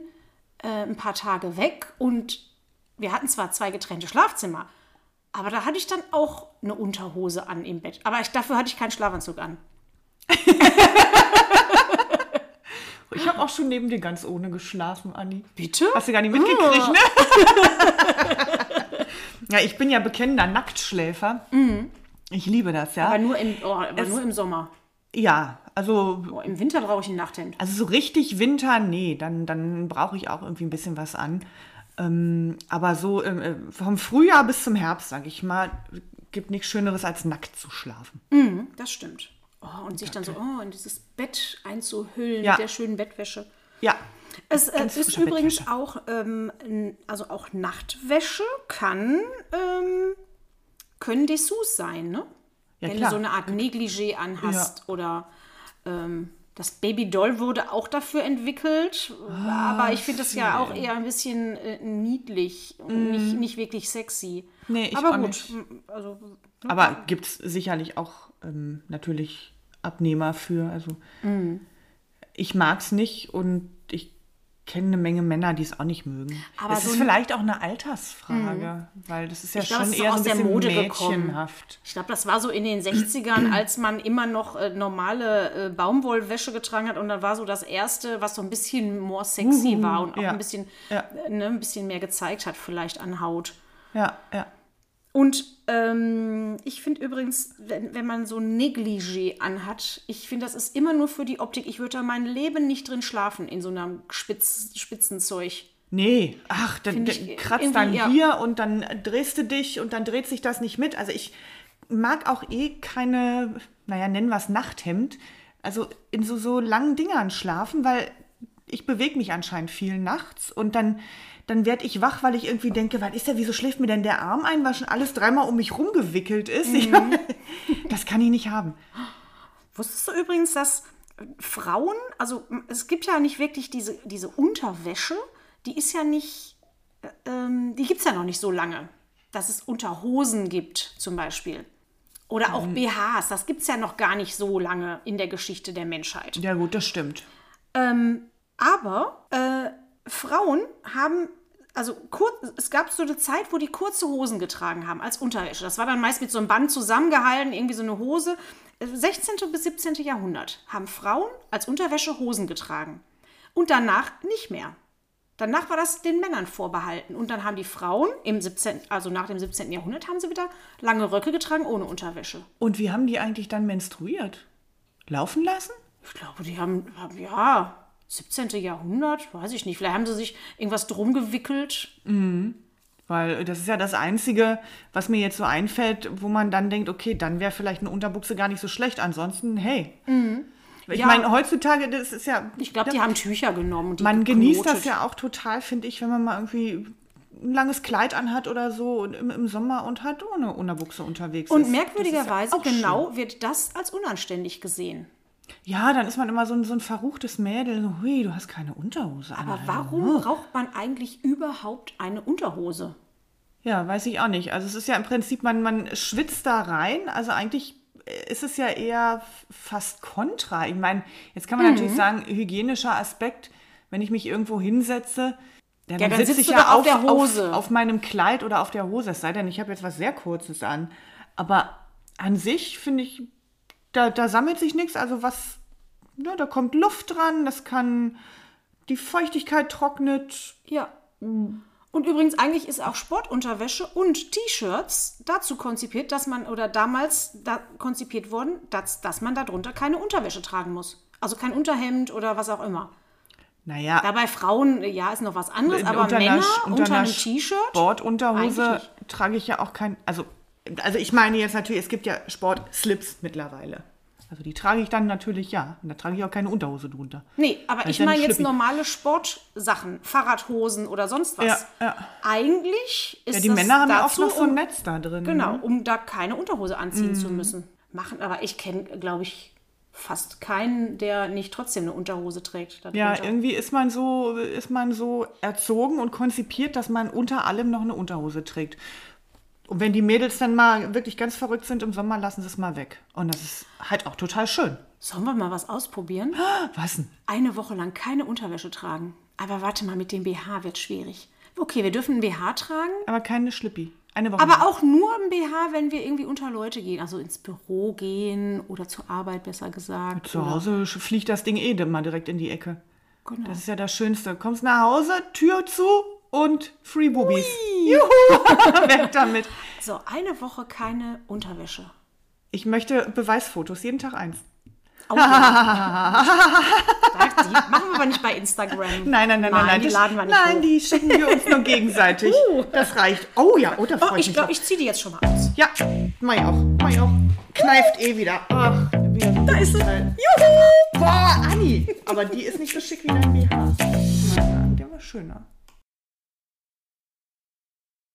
[SPEAKER 1] äh, ein paar Tage weg und wir hatten zwar zwei getrennte Schlafzimmer, aber da hatte ich dann auch eine Unterhose an im Bett. Aber ich, dafür hatte ich keinen Schlafanzug an.
[SPEAKER 2] Ich habe auch schon neben dir ganz ohne geschlafen, Anni.
[SPEAKER 1] Bitte?
[SPEAKER 2] Hast du gar nicht mitgekriegt, ne? Ja, ich bin ja bekennender Nacktschläfer. Ich liebe das, ja.
[SPEAKER 1] Mhm. Aber nur im, oh, aber nur im Sommer.
[SPEAKER 2] ja, also
[SPEAKER 1] Oh, Im Winter brauche ich ein Nachthemd.
[SPEAKER 2] Also so richtig Winter, nee, dann, dann brauche ich auch irgendwie ein bisschen was an. Ähm, aber so ähm, äh, vom Frühjahr bis zum Herbst, sage ich mal, gibt nichts Schöneres als nackt zu schlafen.
[SPEAKER 1] Mhm, das stimmt. Oh, und sich dann so oh, in dieses Bett einzuhüllen
[SPEAKER 2] Ja.
[SPEAKER 1] mit der schönen Bettwäsche.
[SPEAKER 2] Ja,
[SPEAKER 1] Es äh, ist
[SPEAKER 2] frische
[SPEAKER 1] übrigens auch, ähm, n- also auch Nachtwäsche kann, ähm, können Dessous sein, ne?
[SPEAKER 2] Ja,
[SPEAKER 1] Wenn
[SPEAKER 2] klar.
[SPEAKER 1] du so eine Art Negligé anhast oder ähm, das Babydoll wurde auch dafür entwickelt,
[SPEAKER 2] Ah,
[SPEAKER 1] aber ich finde das ja auch eher ein bisschen äh, niedlich und nicht, nicht wirklich sexy.
[SPEAKER 2] Nee, Mhm. ich
[SPEAKER 1] aber
[SPEAKER 2] auch
[SPEAKER 1] gut,
[SPEAKER 2] nicht.
[SPEAKER 1] m- also
[SPEAKER 2] aber gibt es sicherlich auch ähm, natürlich Abnehmer für. Also
[SPEAKER 1] Mhm.
[SPEAKER 2] ich mag es nicht und ich kenne eine Menge Männer, die es auch nicht mögen.
[SPEAKER 1] Aber
[SPEAKER 2] es
[SPEAKER 1] so
[SPEAKER 2] ist
[SPEAKER 1] ein-
[SPEAKER 2] vielleicht auch eine Altersfrage, weil das ist ja
[SPEAKER 1] Ich glaub,
[SPEAKER 2] schon
[SPEAKER 1] es ist
[SPEAKER 2] eher
[SPEAKER 1] auch
[SPEAKER 2] so ein
[SPEAKER 1] aus der
[SPEAKER 2] bisschen
[SPEAKER 1] Mode gekommen.
[SPEAKER 2] mädchenhaft.
[SPEAKER 1] Ich glaube, das war so in den 60ern, als man immer noch äh, normale äh, Baumwollwäsche getragen hat und dann war so das erste, was so ein bisschen more sexy
[SPEAKER 2] Uhu,
[SPEAKER 1] war und auch
[SPEAKER 2] ja.
[SPEAKER 1] ein, bisschen,
[SPEAKER 2] Ja.
[SPEAKER 1] äh, ne, ein bisschen mehr gezeigt hat, vielleicht an Haut.
[SPEAKER 2] Ja, ja.
[SPEAKER 1] Und ähm, ich finde übrigens, wenn, wenn man so ein Negligé anhat, ich finde, das ist immer nur für die Optik. Ich würde da mein Leben nicht drin schlafen in so einem Spitz, Spitzenzeug.
[SPEAKER 2] Nee, ach, dann
[SPEAKER 1] Find ich
[SPEAKER 2] dann
[SPEAKER 1] irgendwie
[SPEAKER 2] kratzt dann
[SPEAKER 1] eher-
[SPEAKER 2] hier und dann drehst du dich und dann dreht sich das nicht mit. Also ich mag auch eh keine, naja, nennen wir es Nachthemd, also in so, so langen Dingern schlafen, weil ich bewege mich anscheinend viel nachts und dann, dann werde ich wach, weil ich irgendwie denke, was ist ja, wieso schläft mir denn der Arm ein, weil schon alles dreimal um mich rumgewickelt ist. Ich, das kann ich nicht haben.
[SPEAKER 1] Wusstest du übrigens, dass Frauen, also m- es gibt ja nicht wirklich diese, diese Unterwäsche, die ist ja nicht, äh, ähm, die gibt es ja noch nicht so lange, dass es Unterhosen gibt zum Beispiel. Oder auch BHs, das gibt es ja noch gar nicht so lange in der Geschichte der Menschheit.
[SPEAKER 2] Ja gut, das stimmt.
[SPEAKER 1] Ähm, Aber äh, Frauen haben, also kur- es gab so eine Zeit, wo die kurze Hosen getragen haben als Unterwäsche. Das war dann meist mit so einem Band zusammengehalten, irgendwie so eine Hose. Äh, 16. bis 17. Jahrhundert haben Frauen als Unterwäsche Hosen getragen. Und danach nicht mehr. Danach war das den Männern vorbehalten. Und dann haben die Frauen im 17., also nach dem 17. Jahrhundert haben sie wieder lange Röcke getragen ohne Unterwäsche.
[SPEAKER 2] Und wie haben die eigentlich dann menstruiert? Laufen lassen?
[SPEAKER 1] Ich glaube, die haben, haben- ja, 17. Jahrhundert, weiß ich nicht. Vielleicht haben sie sich irgendwas drum gewickelt.
[SPEAKER 2] Weil das ist ja das Einzige, was mir jetzt so einfällt, wo man dann denkt, okay, dann wäre vielleicht eine Unterbuchse gar nicht so schlecht. Ansonsten, hey. Ich
[SPEAKER 1] Mhm. Ja.
[SPEAKER 2] meine, heutzutage, das ist ja. ne,
[SPEAKER 1] Ich glaube, die haben Tücher genommen. und Die
[SPEAKER 2] Man genießt das
[SPEAKER 1] geknotet.
[SPEAKER 2] ja auch total, finde ich, wenn man mal irgendwie ein langes Kleid anhat oder so und im, im Sommer und halt ohne Unterbuchse unterwegs ist.
[SPEAKER 1] Und
[SPEAKER 2] Das
[SPEAKER 1] merkwürdigerweise,
[SPEAKER 2] ist ja auch
[SPEAKER 1] genau, wird das als unanständig gesehen.
[SPEAKER 2] Schön. Ja, dann ist man immer so ein, so ein verruchtes Mädel. So, hui, du hast keine Unterhose an.
[SPEAKER 1] Aber
[SPEAKER 2] Alter."
[SPEAKER 1] warum braucht man eigentlich überhaupt eine Unterhose?
[SPEAKER 2] Ja, weiß ich auch nicht. Also es ist ja im Prinzip, man, man schwitzt da rein. Also eigentlich ist es ja eher f- fast kontra. Ich meine, jetzt kann man
[SPEAKER 1] Mhm.
[SPEAKER 2] natürlich sagen, hygienischer Aspekt, wenn ich mich irgendwo hinsetze, dann,
[SPEAKER 1] dann
[SPEAKER 2] sitze
[SPEAKER 1] sitzt
[SPEAKER 2] ich
[SPEAKER 1] du
[SPEAKER 2] ja
[SPEAKER 1] doch auf
[SPEAKER 2] auf,
[SPEAKER 1] der Hose.
[SPEAKER 2] Auf, auf meinem Kleid oder auf der Hose. Es sei denn, ich habe jetzt was sehr Kurzes an. Aber an sich finde ich, da, da sammelt sich nichts. Also was, ne, da kommt Luft dran, das kann, die Feuchtigkeit trocknet.
[SPEAKER 1] Ja. Und übrigens, eigentlich ist auch Sportunterwäsche und T-Shirts dazu konzipiert, dass man, oder damals da konzipiert worden, dass, dass man darunter keine Unterwäsche tragen muss. Also kein Unterhemd oder was auch immer.
[SPEAKER 2] Naja,
[SPEAKER 1] Dabei Frauen, ja, ist noch was anderes, aber
[SPEAKER 2] unter einer
[SPEAKER 1] Männer
[SPEAKER 2] Sch-
[SPEAKER 1] unter,
[SPEAKER 2] einer
[SPEAKER 1] einem T-Shirt.
[SPEAKER 2] Sportunterhose
[SPEAKER 1] Eigentlich
[SPEAKER 2] trage ich ja auch kein. Also, also ich meine jetzt natürlich, es gibt ja Sportslips mittlerweile. Also die trage ich dann natürlich ja. Und da trage ich auch keine Unterhose drunter.
[SPEAKER 1] Nee, aber
[SPEAKER 2] Weil
[SPEAKER 1] ich
[SPEAKER 2] dann
[SPEAKER 1] meine jetzt
[SPEAKER 2] Schlippi.
[SPEAKER 1] normale Sportsachen, Fahrradhosen oder sonst was.
[SPEAKER 2] Ja, ja.
[SPEAKER 1] Eigentlich ist
[SPEAKER 2] Ja, die
[SPEAKER 1] das
[SPEAKER 2] Männer haben ja oft
[SPEAKER 1] dazu,
[SPEAKER 2] noch so ein Mhm.
[SPEAKER 1] um,
[SPEAKER 2] Netz da drin.
[SPEAKER 1] genau, um da keine Unterhose anziehen zu müssen. Machen, aber ich kenne, glaube ich, fast keinen, der nicht trotzdem eine Unterhose trägt. darunter.
[SPEAKER 2] Ja, irgendwie ist man so, ist man so erzogen und konzipiert, dass man unter allem noch eine Unterhose trägt. Und wenn die Mädels dann mal wirklich ganz verrückt sind im Sommer, lassen sie es mal weg. Und das ist halt auch total schön.
[SPEAKER 1] Sollen wir mal was ausprobieren?
[SPEAKER 2] Was denn?
[SPEAKER 1] Eine Woche lang keine Unterwäsche tragen. Aber warte mal, mit dem BH wird schwierig. Okay, wir dürfen einen BH tragen,
[SPEAKER 2] Aber keine Schlippi. Eine Woche. lang.
[SPEAKER 1] aber auch nur ein BH, wenn wir irgendwie unter Leute gehen. Also ins Büro gehen oder zur Arbeit, besser gesagt.
[SPEAKER 2] Zu
[SPEAKER 1] oder-
[SPEAKER 2] Hause sch- fliegt das Ding eh mal direkt in die Ecke.
[SPEAKER 1] Genau.
[SPEAKER 2] Das ist ja das Schönste. Kommst nach Hause, Tür zu, und Free Boobies. Juhu, weg damit.
[SPEAKER 1] So, eine Woche keine Unterwäsche.
[SPEAKER 2] Ich möchte Beweisfotos, jeden Tag eins.
[SPEAKER 1] Auch Oh ja. Da- die machen wir aber nicht bei Instagram.
[SPEAKER 2] Nein, nein, nein, nein, nein.
[SPEAKER 1] Die
[SPEAKER 2] das-
[SPEAKER 1] laden wir nicht
[SPEAKER 2] nein,
[SPEAKER 1] hoch. Uh.
[SPEAKER 2] die schicken wir uns nur gegenseitig. Das reicht. Oh ja, oh, da freue
[SPEAKER 1] Oh,
[SPEAKER 2] ich
[SPEAKER 1] ich
[SPEAKER 2] mich.
[SPEAKER 1] glaube, ich ziehe die jetzt schon mal aus.
[SPEAKER 2] drauf. ja, mach ich auch, mach ich auch. Kneift eh wieder. Ach, wieder so
[SPEAKER 1] Da ist sie.
[SPEAKER 2] geil.
[SPEAKER 1] Juhu!
[SPEAKER 2] Boah, Anni. Aber die ist nicht so schick wie dein BH. Nein, nein, der war schöner.